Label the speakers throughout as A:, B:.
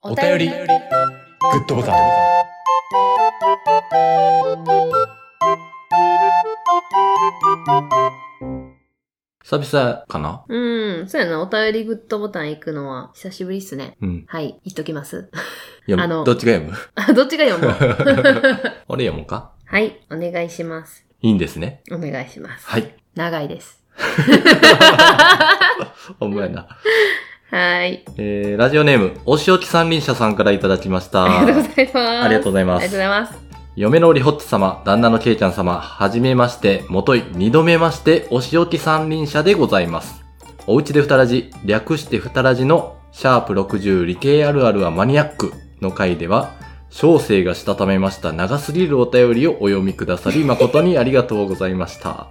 A: お便り、グッドボタン。
B: 久々かな
A: うん、そうやな、お便りグッドボタン行くのは久しぶりっすね。
B: うん。
A: はい、言っときます。
B: いや、
A: あの
B: どっちが読む
A: あどっちが読む
B: 俺読もうか
A: はい、お願いします。
B: いいんですね。
A: お願いします。
B: はい。
A: 長い です。
B: ほんまやな。
A: はい。
B: えー、ラジオネーム、おしおき三輪車さんからいただきました。
A: ありがとうございます。
B: ありがとうござい
A: あ
B: ま
A: りがとうご
B: す。
A: ざいます。
B: 嫁のりほっち様、旦那のけいちゃん様、はじめまして、もとい、二度目まして、おしおき三輪車でございます。おうちでふたらじ、略してふたらじの、シャープ60理系あるあるはマニアックの回では、小生がしたためました長すぎるお便りをお読みくださり、誠にありがとうございました。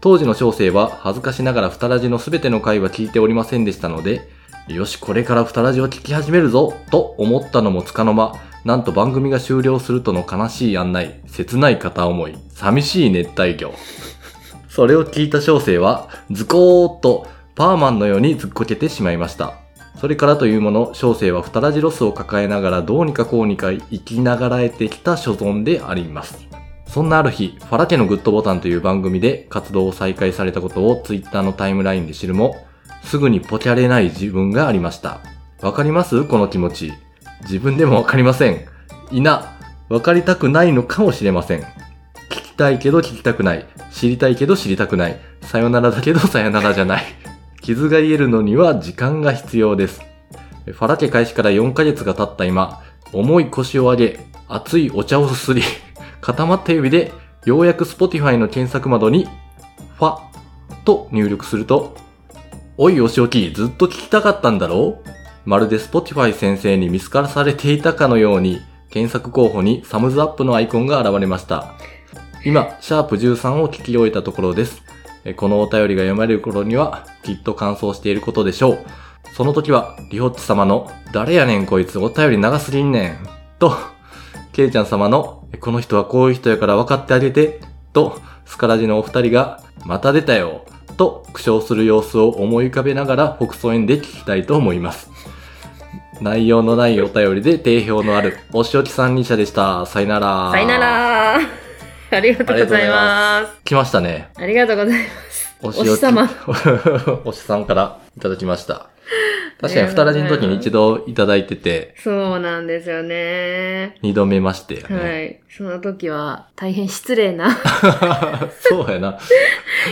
B: 当時の小生は恥ずかしながらふたらじのすべての回は聞いておりませんでしたので、よし、これからふたラジを聞き始めるぞと思ったのもつかの間、なんと番組が終了するとの悲しい案内、切ない片思い、寂しい熱帯魚。それを聞いた小生は、ズコーっとパーマンのようにずっこけてしまいました。それからというもの、小生は二ラジロスを抱えながらどうにかこうにか生きながらえてきた所存であります。そんなある日、ファラ家のグッドボタンという番組で活動を再開されたことをツイッターのタイムラインで知るも、すぐにポキャれない自分がありました。わかりますこの気持ち。自分でもわかりません。いな、わかりたくないのかもしれません。聞きたいけど聞きたくない。知りたいけど知りたくない。さよならだけど さよならじゃない。傷が癒えるのには時間が必要です。ファラ家開始から4ヶ月が経った今、重い腰を上げ、熱いお茶をすすり、 固まった指で、ようやく Spotify の検索窓に、ファと入力すると、おいお仕置き、ずっと聞きたかったんだろうまるで Spotify 先生に見透かされていたかのように、検索候補にサムズアップのアイコンが現れました。今、シャープ13を聞き終えたところです。えこのお便りが読まれる頃には、きっと完走していることでしょう。その時は、リホッチ様の、誰やねんこいつ、お便り長すぎんねん。と、ケイちゃん様の、この人はこういう人やから分かってあげて、と、スカラジのお二人が、また出たよ、と苦笑する様子を思い浮かべながら、北総園で聞きたいと思います。内容のないお便りで定評のある、お仕置き三輪車でした。さよなら。
A: さよな。ら。ありがとうございます。
B: 来ましたね。
A: ありがとうございます。
B: お
A: おしさま。
B: おしさんからいただきました。確かに、ふたらじの時に一度いただいてて、
A: そうなんですよね。
B: 二度目ましてや
A: は
B: ね。
A: い。その時は、大変失礼な。
B: そうやな。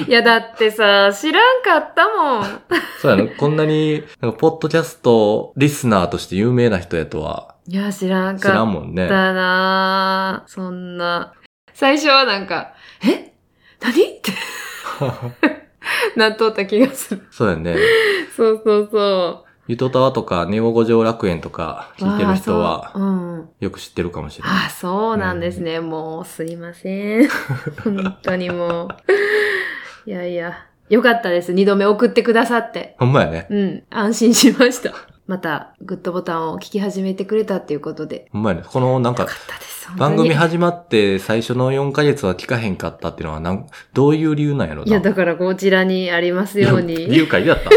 A: いや、だってさ、知らんかったもん。
B: そうやな。こんなに、なんかポッドキャストリスナーとして有名な人やとはい
A: や、知らん
B: 知ら
A: か
B: ん
A: っ
B: もんね。
A: たなぁそんな。最初はなんか、え何ってなっとった気がする。
B: そうやね。
A: そうそうそ
B: ゆとたわとか、ネオ五条楽園とか
A: う。
B: 聞いてる人
A: わあそ
B: は、
A: ううん。
B: よく知ってるかもしれない。
A: あ、そうなんですね。もう、すいませ ん。本当にもう。いやいや。よかったです。二度目送ってくださって。
B: ほんまやね。
A: うん。安心しました。また、グッドボタンを聞き始めてくれたっていうことで。
B: ほんまやね。この、なん
A: よ
B: か
A: か、ったです。本
B: 番
A: 当に
B: 組始まって最初の4ヶ月は聞かへんかったっていうのは、なんどういう理由なんやろない
A: や、だからこちらにありますように。
B: 理由会だった。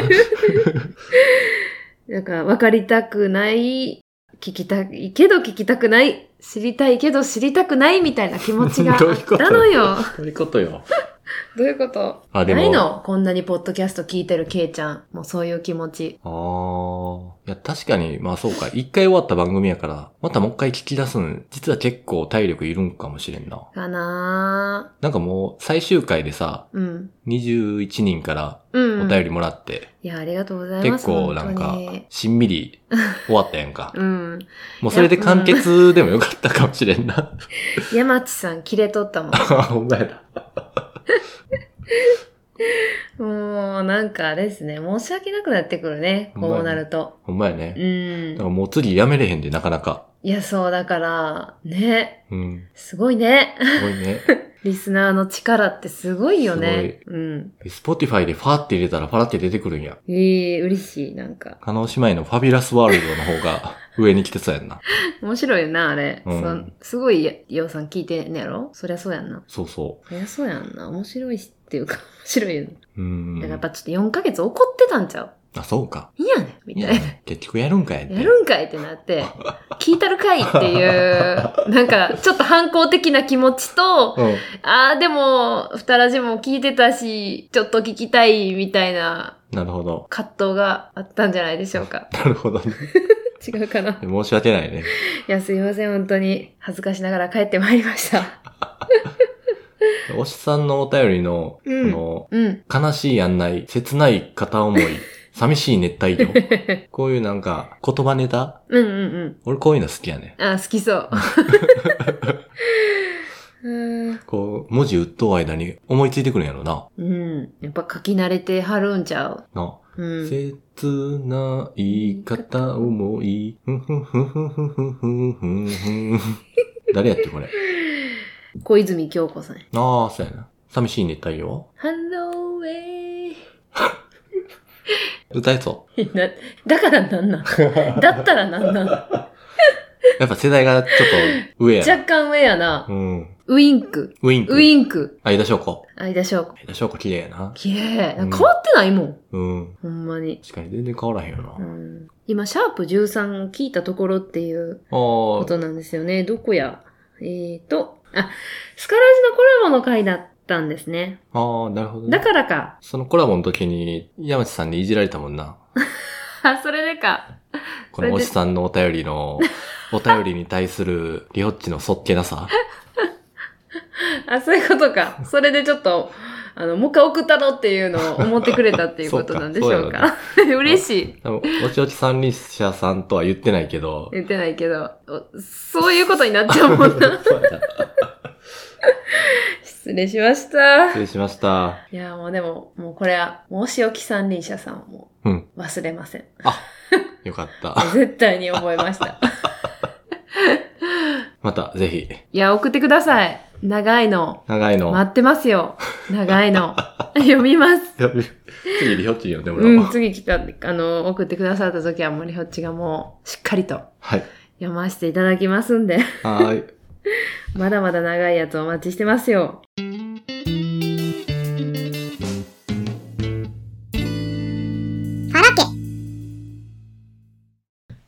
A: なんか、分かりたくない、聞きたいけど聞きたくない、知りたいけど知りたくないみたいな気持ちがあっ
B: どういうこと
A: たのよ。
B: そういうことよ。
A: どういうこと
B: あ、で
A: ない
B: も。
A: のこんなにポッドキャスト聞いてるケイちゃん。もうそういう気持ち。
B: ああ。いや、確かに、まあそうか。一回終わった番組やから、またもう一回聞き出すん、実は結構体力いるんかもしれんな。
A: かな
B: なんかもう、最終回でさ、
A: ぁ。うん。
B: 21人から
A: うん。
B: お便りもらって、
A: いや、ありがとうございます。
B: 結構なんか
A: 本当に、
B: しんみり終わったやん か。
A: うん。
B: もうそれで完結でもよかったかもしれんな。
A: 山地さん、切れとったもん。
B: ほんまやな。
A: もう、なんかあれですね。申し訳なくなってくるね。こうなると。
B: ほんまや
A: う
B: ね。だか
A: ん。
B: らもう次やめれへんで、なかなか。
A: いや、そう、だから、ね。
B: うん。
A: すごいね。
B: すごいね。
A: リスナーの力ってすごいよね。うん。
B: スポティファイでファーって入れたらファラって出てくるんや。
A: ええ嬉しい。なんか。
B: カノ姉妹のファビュラスワールドの方が上に来てそうやんな。
A: 面白いよな、あれ。
B: うん
A: そすごいや、ようさん聞いてんねやろそりゃそうやんな。
B: そうそ
A: そりゃそうやんな。面白いしっていうか、面白いよね。
B: う。うーん。
A: だからやっぱちょっと4ヶ月怒ってたんちゃう
B: あ、そうか。
A: いいやねんみ
B: いや
A: たいな。、
B: 結局やるんかいって。
A: やるんかいってなって、聞いたるかいっていう、 なんか、ちょっと反抗的な気持ちと、
B: うん。
A: ああ、でも、ふたらじも聞いてたし、ちょっと聞きたいみたいな
B: なるほど。
A: 葛藤があったんじゃないでしょう か。
B: なるほどね。
A: 違うかな。
B: 申し訳ないね。
A: いや、すいません、本当に。恥ずかしながら帰ってまいりました。
B: 推しさんのお便りの、
A: うん
B: あの、
A: うん。
B: 悲しい案内、切ない片思い、寂しい熱 帯魚。こういうなんか、言葉ネタ
A: うんうん
B: 俺こういうの好きやね。
A: うん。あ、好きそう。 うーん
B: こう、文字打っとう間に思いついてくるんやろな。
A: うん。やっぱ書き慣れてはるんちゃう。
B: な。
A: うん。
B: 切ない片思い。ふんふんふんふんふんふんふんふんふん。誰やってこれ。
A: 小泉京子さん。
B: ああ、そうやな。寂しい熱帯魚は
A: ハローウェイ。
B: 歌えそ
A: な、だからなんなんだったらなんなん
B: う。やっぱ世代がちょっと上やな。
A: 若干上やな。
B: うん。
A: ウインク。
B: ウィンク。
A: ウインク。
B: 相田翔子。
A: 相田翔子。
B: 相田翔子綺麗やな。
A: 綺麗。
B: う
A: 変
B: ん
A: わってないもん。
B: うん。
A: ほんまに。
B: 確かに全然変わらへんよな。
A: う
B: あ
A: ん、今、シャープ13を聞いたところっていうこ
B: あ、
A: となんですよね。どこやえーと、あ、スカラジのコラボの回だったんですね。
B: ああ、なるほど、
A: だ
B: ね。
A: からか。
B: そのコラボの時に、山地さんにいじられたもんな。
A: あ、それでか。
B: このおじさんのお便りの、お便りに対するリホッチのそっけなさ。
A: あ、そういうことか。それでちょっと、あの、もう一回送ったのっていうのを思ってくれたっていうことなんでしょうか。 嬉しい。
B: 多分おちおち三輪車さんとは言ってないけど。
A: 言ってないけど、おそういうことになっちゃうもんな。
B: そうやな
A: 失礼しました。
B: 失
A: い
B: 礼しました。
A: や、もうでも、もうこれは、もうしおき三輪車さんはも
B: うん。
A: う忘れません。
B: よかった。
A: 絶対に覚えました。
B: また、ぜひ。
A: いや、送ってください。長いの。
B: 長いの。
A: 待ってますよ。長い の。読みます。
B: 次、リホッチ読んでもらおう。
A: うん、次来た、あの、送ってくださった時は森ほっちがもう、しっかりと
B: はい。
A: 読ませていただきますんで、
B: はーい。
A: まだまだ長いやつお待ちしてますよ。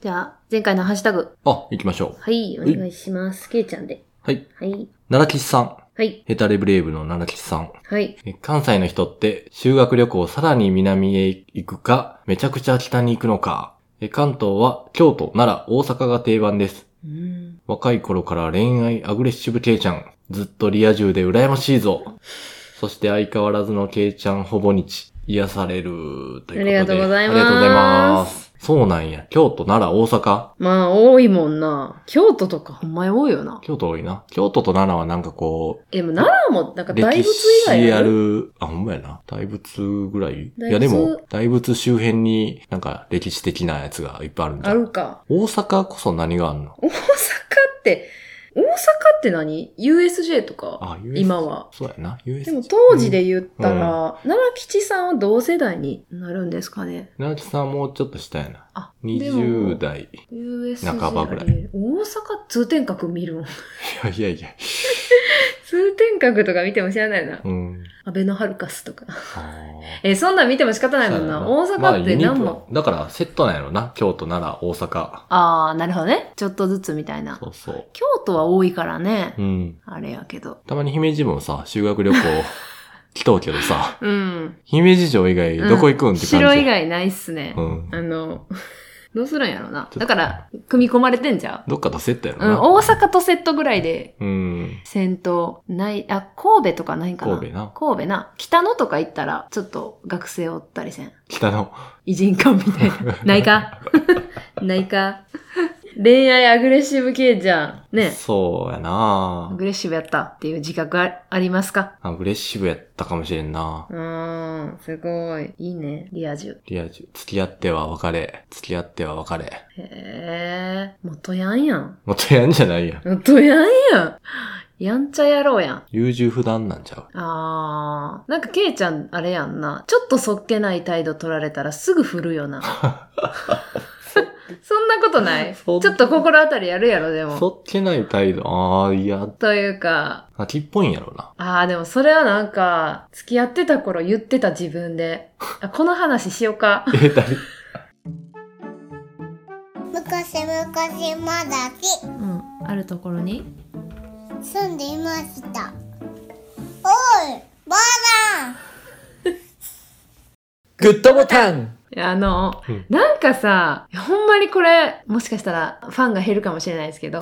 A: じゃあ、前回のハッシュタグ。
B: あ、行きましょう。
A: はい、お願いします。けいちゃんで。
B: はい。
A: はい。
B: 奈良吉さん。
A: はい。
B: ヘタレブレイブの奈良吉さん。
A: はい。
B: え関西の人って修学旅行さらに南へ行くか、めちゃくちゃ北に行くのか。え関東は京都、奈良、大阪が定番です。
A: うん。
B: 若い頃から恋愛アグレッシブケイちゃん。ずっとリア充で羨ましいぞ。そして相変わらずのケイちゃんほぼ日。癒される。ということで。
A: ありがとうございます
B: ありがとうございます。そうなんや。京都、奈良、大阪。
A: まあ、多いもんな。京都とかほんまに多いよな。
B: 京都多いな。京都と奈良はなんかこう、
A: え、でも奈良も、なんか大
B: 歴
A: 仏以外
B: 史
A: あ
B: あ
A: る。
B: る、あ、ほんまやな。大仏ぐらいい
A: 大仏
B: やでも、大仏周辺になんか歴史的なやつがいっぱいあるんじ
A: あ
B: ゃん。
A: るか。
B: 大阪こそ何があんの
A: 大阪って、大阪って何 ?USJ とか。
B: あ、US。
A: 今は。
B: そうやな。
A: で
B: US。
A: も当時で言ったら、奈良吉さんは同世代になるんですかね。
B: 奈良木さんはもうちょっと下やな。
A: あ、でも
B: 20代。
A: USJ
B: 半ばぐらい
A: あり得る大阪通天閣見るもん。
B: いやいやいや。
A: 通天閣とか見ても知らないな。
B: うん。
A: 安倍のハルカスとか。
B: あー
A: え、そんなん見ても仕方ないもんな。大
B: まあ
A: 阪っ
B: ユ
A: て
B: ニー
A: 何
B: ク
A: も。
B: だからセットなんやろな。京都、奈良、大阪。
A: ああ、なるほどね。ちょっとずつみたいな。
B: そうそう。
A: 京都は多いからね。
B: うん。
A: あれやけど。
B: たまに姫路もさ、修学旅 行来とうけどさ、
A: うん。
B: 姫路城以外どこ行くんって感じ。
A: 城以外ないっすね。
B: うん。
A: あの、 どうするんやろな
B: ちょ。っと
A: だから、組み込まれてんじゃ
B: どっかとセットやろ
A: う、うん、
B: な。
A: 大阪とセットぐらいで、
B: うん。
A: 戦闘ない、あ、神戸とかないんかな。
B: 神戸な
A: 神戸な。北野とか行ったら、ちょっと学生おったりせん。
B: 北の。
A: 偉人感みたい な。ないか ないか恋愛アグレッシブ系じゃん。ね。
B: そうや
A: ア
B: な
A: グレッシブやったっていう自覚あありますか
B: アグレッシブやったかもしれんな
A: うーん、すごい。いいね。リア充。
B: リア充。付き合っては別れ。付き合っては別れ。
A: へえ。元ヤンやん。
B: もっとやんじゃないやん。
A: 元ヤンやん。やんちゃやろうやん。
B: 優柔不断なんちゃう。
A: あー。なんか、ケイちゃん、あれ やんな。ちょっとそっけない態度取られたらすぐ振るよな。そんなことない。ち
B: そ
A: ょ
B: ん
A: っと心当たりやるやろ、でも。
B: そっけない態度。ああ、いや、
A: というか、
B: 泣きっぽいんやろ な。
A: ああ、でもそれはなんか、付き合ってた頃言ってた自分で。あこの話しようか。
B: え、誰
C: 昔昔まだ
A: う
C: し
A: ん。あるところに
C: 住んでいましたおいばあ
D: グッドボタン
A: いやあの、
B: うん
A: なんかさ、いやほんまにこれ、もしかしたらファンが減るかもしれないです けど。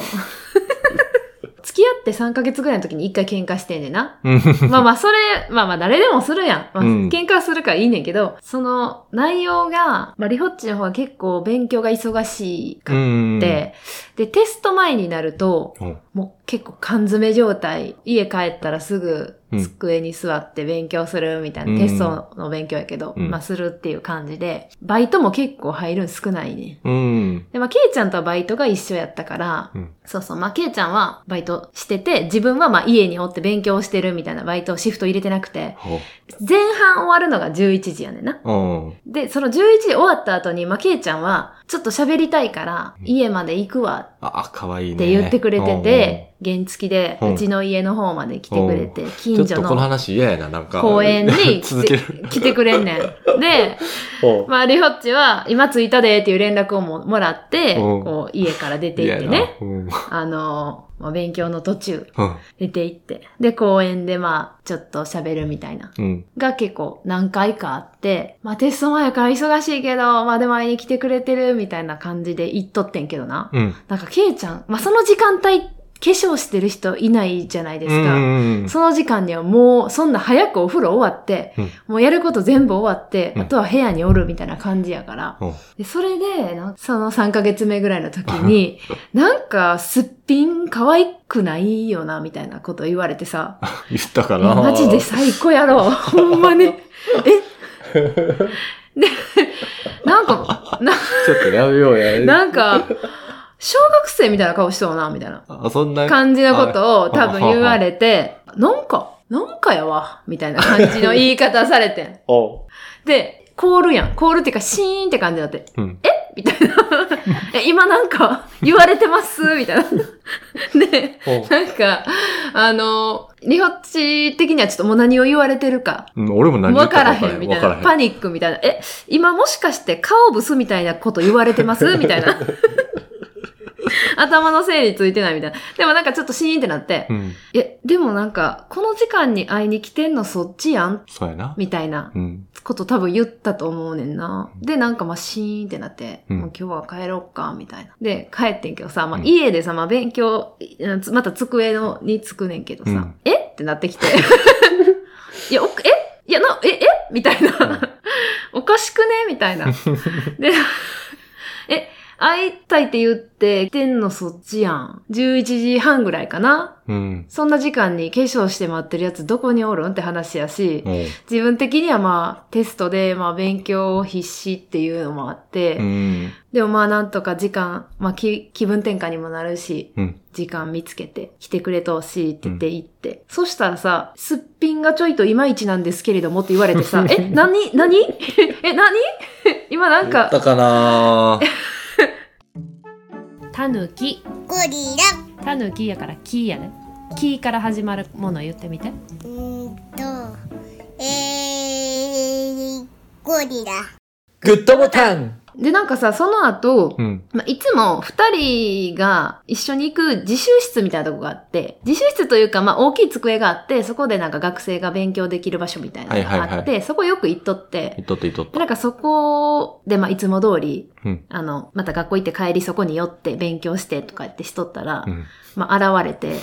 A: 付き合って3ヶ月ぐらいの時に一回喧嘩してんねんな。
B: うん
A: まあまあ、それ、まあまあ、誰でもするやん。まあ、
B: うん
A: 喧嘩するからいいねんけど、その内容が、まあ、リホッチの方は結構勉強が忙し
B: う
A: かっ
B: ん。
A: て、で、テスト前になると、
B: うん。
A: もう結構缶詰状態。家帰ったらすぐ
B: うん
A: 机に座って勉強するみたいな、
B: うん
A: テストの勉強やけど、
B: うん
A: まあするっていう感じで、バイトも結構入るん少ないね。
B: うん。
A: で、まあ、ケイちゃんとはバイトが一緒やったから、
B: うん
A: そうそう、まあ、ケイちゃんはバイトしてて、自分はまあ家におって勉強してるみたいなバイトをシフト入れてなくて、
B: ほ
A: 前半終わるのが11時やねんな。
B: う。うん。
A: で、その11時終わった後に、まあ、ケイちゃんは、ちょっと喋りたいから、
B: うん
A: 家まで行くわ
B: あ、かわいい
A: っ
B: ね。
A: て言ってくれてて、原付きで、
B: うん
A: うちの家の方まで来てくれて、
B: うんうん、
A: 近
B: ちょ
A: 所
B: っとこの
A: の
B: 話嫌やな、なんか。
A: 公園に
B: 続 ける。
A: 来て来てくれんねん。で、
B: ほう
A: まあ、リホッチは、今着いたでっていう連絡をももらって、
B: うん
A: こう、家から出て行って
B: 嫌や
A: ね
B: な、うん。
A: あの、まあ、勉強の途中、
B: うん
A: 出て行って、で、公園でまあ、ちょっと喋るみたいな。
B: うん。
A: が結構何回かあって、まあテスト前やから忙しいけど、まあでも会いに来てくれてるみたいな感じで言っとってんけどな。
B: うん。
A: なんかケイちゃん、まあその時間帯化粧してる人いないじゃないですか。
B: うん。
A: その時間にはもうそんな早くお風呂終わって、
B: うん
A: もうやること全部終わって、
B: うん
A: あとは部屋におるみたいな感じやから。
B: うん
A: でそれで、なんその3ヶ月目ぐらいの時に、なんかすっぴん可愛くないよなみたいなこと言われてさ。
B: 言ったか
A: いや
B: な。
A: マジで最高や ろ。ほんまに。えで、なんか、な
B: ちょっとやめようや。
A: なんか、小学生みたいな顔しそうな、みたいな
B: あ、そんな。
A: 感じのことを多分
B: あ
A: 言われて、なんか、なんかやわ、みたいな感じの言い方されて ん。
B: おう
A: で、コールやん。コールっていうか、シーンって感じになって、
B: うん。
A: みたい な。え、今なんか、言われてますみ たいな。で、
B: おう
A: なんか、あの、リホッチ的にはちょっともう何を言われてるか、
B: うん俺も何言
A: わ
B: っ
A: か
B: た
A: ら
B: か
A: へんみたいな。
B: わからへ
A: パニックみたいな。え、今もしかして顔ブスみたいなこと言われてますみた いな。頭の整理ついてないみたいな。でもなんかちょっとシーンってなって、
B: ん。うん。
A: え、でもなんか、この時間に会いに来てんのそっちやん
B: そうやな。
A: みたいな
B: うん。
A: こと多分言ったと思うねんな。で、なんかまあシーンってなって、
B: うん
A: もう今日は帰ろっか、みたいな。で、帰ってんけどさ、まあ
B: うん
A: 家でさ、まあ勉強、うんつまた机のにつくねんけどさ、
B: うん
A: えってなってきて。いや、おえいや、な、え、えみたいな。おかしくねみたいな。で、え、会いたいって言って、来てんのそっちやん。11時半ぐらいかな。
B: うん。
A: そんな時間に化粧して待ってるやつどこにおるんって話やし、
B: おう
A: 自分的にはまあテストでまあ勉強必死っていうのもあって、
B: うん。
A: でもまあなんとか時間、まあき気分転換にもなるし、
B: うん
A: 時間見つけて来てくれてほしいって言って行って、そしたらさ、すっぴんがちょいといまいちなんですけれどもって言われてさ、え、なになに え、なに今なん
B: 言っ
A: か、
B: たかな
A: たぬき、
C: ゴリラ
A: たぬきやからきやね。きから始まるもの言ってみて。
C: うーんとえー、ゴリラ
D: グッドボタン
A: で、なんかさ、その後、
B: うん。
A: まあ、いつも二人が一緒に行く自習室みたいなとこがあって、自習室というか、まあ、大きい机があって、そこでなんか学生が勉強できる場所みたいなのがあって、
B: はいはい
A: そこよく行っとって、
B: 言っとった言っとっ
A: で
B: た。
A: なんかそこで、まあ、いつも通り、
B: うん
A: あの、また学校行って帰りそこに寄って勉強してとか言ってしとったら、
B: うん。
A: まあ、現れ て、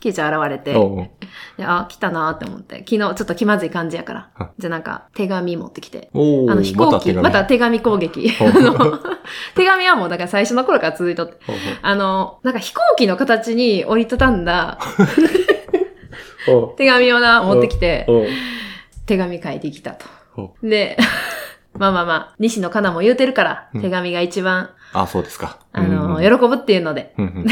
A: キューちゃん現れて、
B: おう
A: であ、来たなーって思って、昨日ちょっと気まずい感じやから
B: は、
A: じゃあなんか手紙持ってきて、
B: おう
A: あの飛行機、また
B: 手
A: 手紙攻撃。あ
B: ほう
A: の、手紙はもうだから最初の頃から続いとって。
B: 紙
A: あの、なんか飛行機の形に折りたたんだ
B: おうおう
A: 手紙をな、持ってきて、
B: おう
A: 手紙書いてきたと
B: ほ。
A: で、 まあまあまあ、西野カナも言うてるから、
B: うん
A: 手紙が一番、
B: あ、そうですか。
A: あの、
B: うん
A: 喜ぶっていうので、
B: うんうん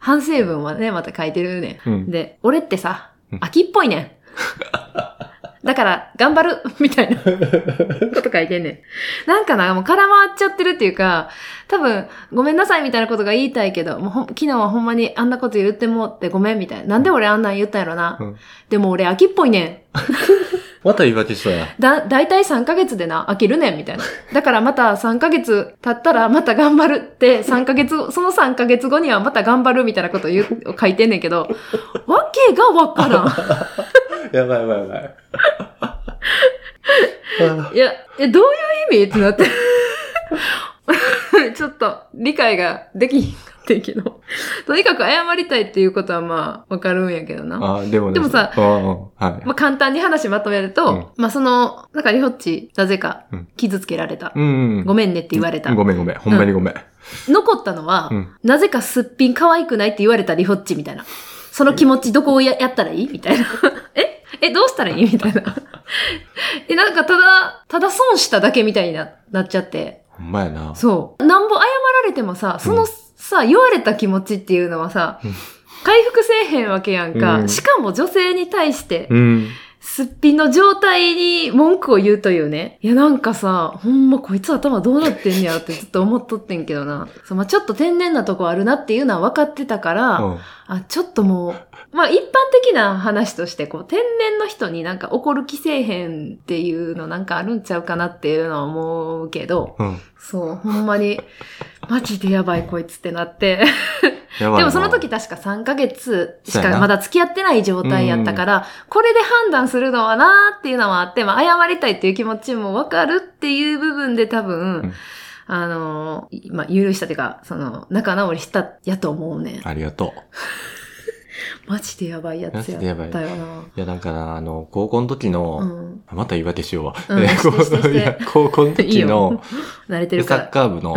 A: 反省文はね、また書いてるね。
B: うん。
A: で、俺ってさ
B: うん、
A: 秋っぽいねん。だから、頑張る みたいなこと書いてんねん。なんかな、もう空回っちゃってるっていうか、多分、ごめんなさいみたいなことが言いたいけど、もうほん昨日はほんまにあんなこと言ってもってごめんみたいな。なんで俺あんなん言ったんやろな。
B: うん
A: でも俺飽きっぽいねん。
B: また言い訳したやん。
A: だ、だいたい3ヶ月でな、飽きるねん、みたいな。だからまた3ヶ月経ったらまた頑張るって、3ヶ月、その3ヶ月後にはまた頑張るみたいなことを言う、書いてんねんけど、わけがわから
B: やばいやばいやばい。あ
A: ん。いや、え、どういう意味ってなって。 ちょっと理解ができひんかってんけど。とにかく謝りたいっていうことはまあ、わかるんやけどな。
B: あ、でもね。
A: でもさ
B: うんうんはい。
A: まあ、簡単に話まとめると、まあ、その、なんか、りほっち、なぜか
B: うん、
A: 傷つけられた。
B: うんうん。
A: ご
B: めん
A: め
B: っ
A: んねって言われた。
B: ごめんごめん。ほんまにごめん。
A: 残ったのは、
B: うん
A: なぜかすっぴん可愛くないって言われたリホッチみたいな。その気持ちどこをややったらいいみたいな。 ええ、どうしたらいいみたいな。 え、なんかただ、ただ損しただけみたいにななっちゃって。
B: ほんまやな。
A: そう。なんぼ謝られてもさ、そのさ、言われた気持ちっていうのはさ
B: うん、
A: 回復せえへんわけやんか。
B: うん
A: しかも女性に対して、
B: うん。
A: すっぴんの状態に文句を言うというね。いや、なんかさ、ほんまこいつ頭どうなってんねやろってずっと思っとってんけどな。そうまあ、ちょっと天然なとこあるなっていうのは分かってたから、
B: うん
A: あ、ちょっともう、まあ一般的な話として、こう、天然の人になんか怒る気せえへんっていうのなんかあるんちゃうかなっていうのは思うけど、
B: うん。
A: そう、ほんまに、マジでやばいこいつってなって。
B: やばいな
A: でもその時、確か3ヶ月し
B: そうやな
A: かまだ付き合ってない状態やったから、これで判断するのはなーっていうのはあって、まあ謝りたいっていう気持ちもわかるっていう部分で多分、
B: うん
A: あのー、いまあ許したというか、その、仲直りしたやと思うねん。
B: ありがとう。
A: マジでやばいやつやったよ
B: マジで
A: な。
B: いや、なんかな、あの、高校の時
A: う
B: の、
A: ん。
B: また言い訳しようわ。
A: うん
B: え
A: してしてして
B: いや高校の
A: いい
B: 時の
A: よ、慣れてる
B: サ
A: か
B: ッ
A: ら。
B: カー 部の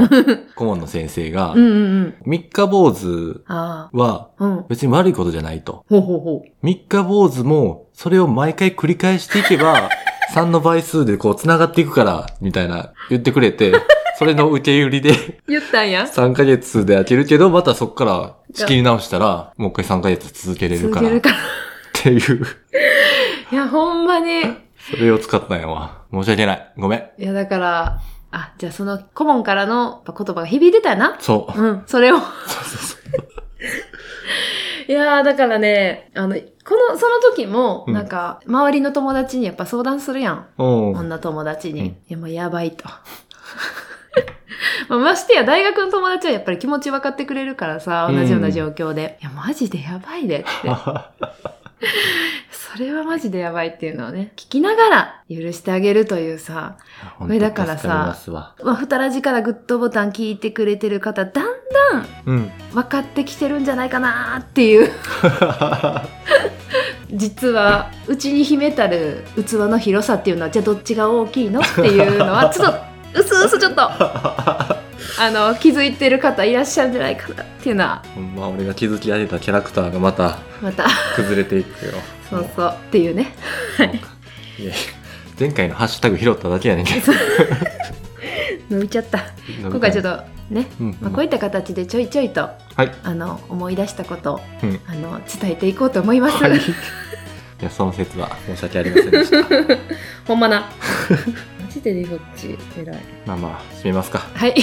B: 顧問の先生が
A: う、んうんうん。
B: 三日坊主
A: あ
B: は
A: あ。うん。
B: 別に悪いことじゃないと。
A: ほうほうほ
B: 三日坊主も、それを毎回繰り返していけ ば、3の倍数でこう繋がっていくから、みたいな言ってくれて、それの受け売りで
A: う。言ったんや。
B: 3ヶ月で飽きるけど、またそこから仕切り直したら、もう一回3ヶ月続けれる
A: 続
B: か
A: け
B: ら、っ
A: るから。
B: ていう、
A: いや、ほんまに。
B: それを使ったんやわ。申し訳ない。ごめん。
A: いや、だから、あ、じゃあその顧問からのやっぱ言葉が響いてたよな。
B: そう。
A: うん、それを。 いやー、だからね、あの、この、その時も、
B: うん
A: なんか、周りの友達にやっぱ相談するやん。
B: うん。うん
A: 女友達に。
B: うん
A: いや、もうやばいと。 まあましてや、大学の友達はやっぱり気持ち分かってくれるからさ、同じような状況で。いや、マジでやばいで って。それはマジでやばいっていうのをね、聞きながら許してあげるというさ、
B: こ
A: れだからさ
B: さ、
A: まあ、ふたらじからグッドボタン聞いてくれてる方、だん
B: うん。
A: 分かってきてるんじゃないかなっていう。 実は、うちに秘めたる器の広さっていうのは、じゃあどっちが大きいのっていうのは、ちょっと、うすうすちょっと、 あの、気づいてる方いらっしゃるんじゃないかなっていうのは、
B: ほんま俺が築き上げたキャラクターがま た
A: また、
B: 崩れていくよ。
A: そうそう、っていうね。
B: いや前回のハッシュタグ拾っただけやねんけど。
A: 伸びちゃった。今回ちょっ
B: と、
A: と、ね。
B: うん
A: まあ、こういった形でちょいちょいと、
B: はい
A: あの思い出したことを、
B: うん
A: あの伝えていこうと思います。
B: はい。いや、その説は申し訳ありません でした。
A: ほんまな。マジでリホッチ偉い。
B: まあまあ、締めますか。
A: はい。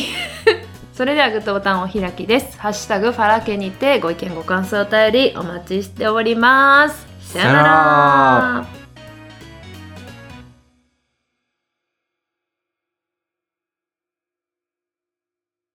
A: それではグッドボタンお開きです。ハッシュタグファラケにてご意見ご感想お便りお待ちしております。さよな
B: さよ
A: ら
B: なら。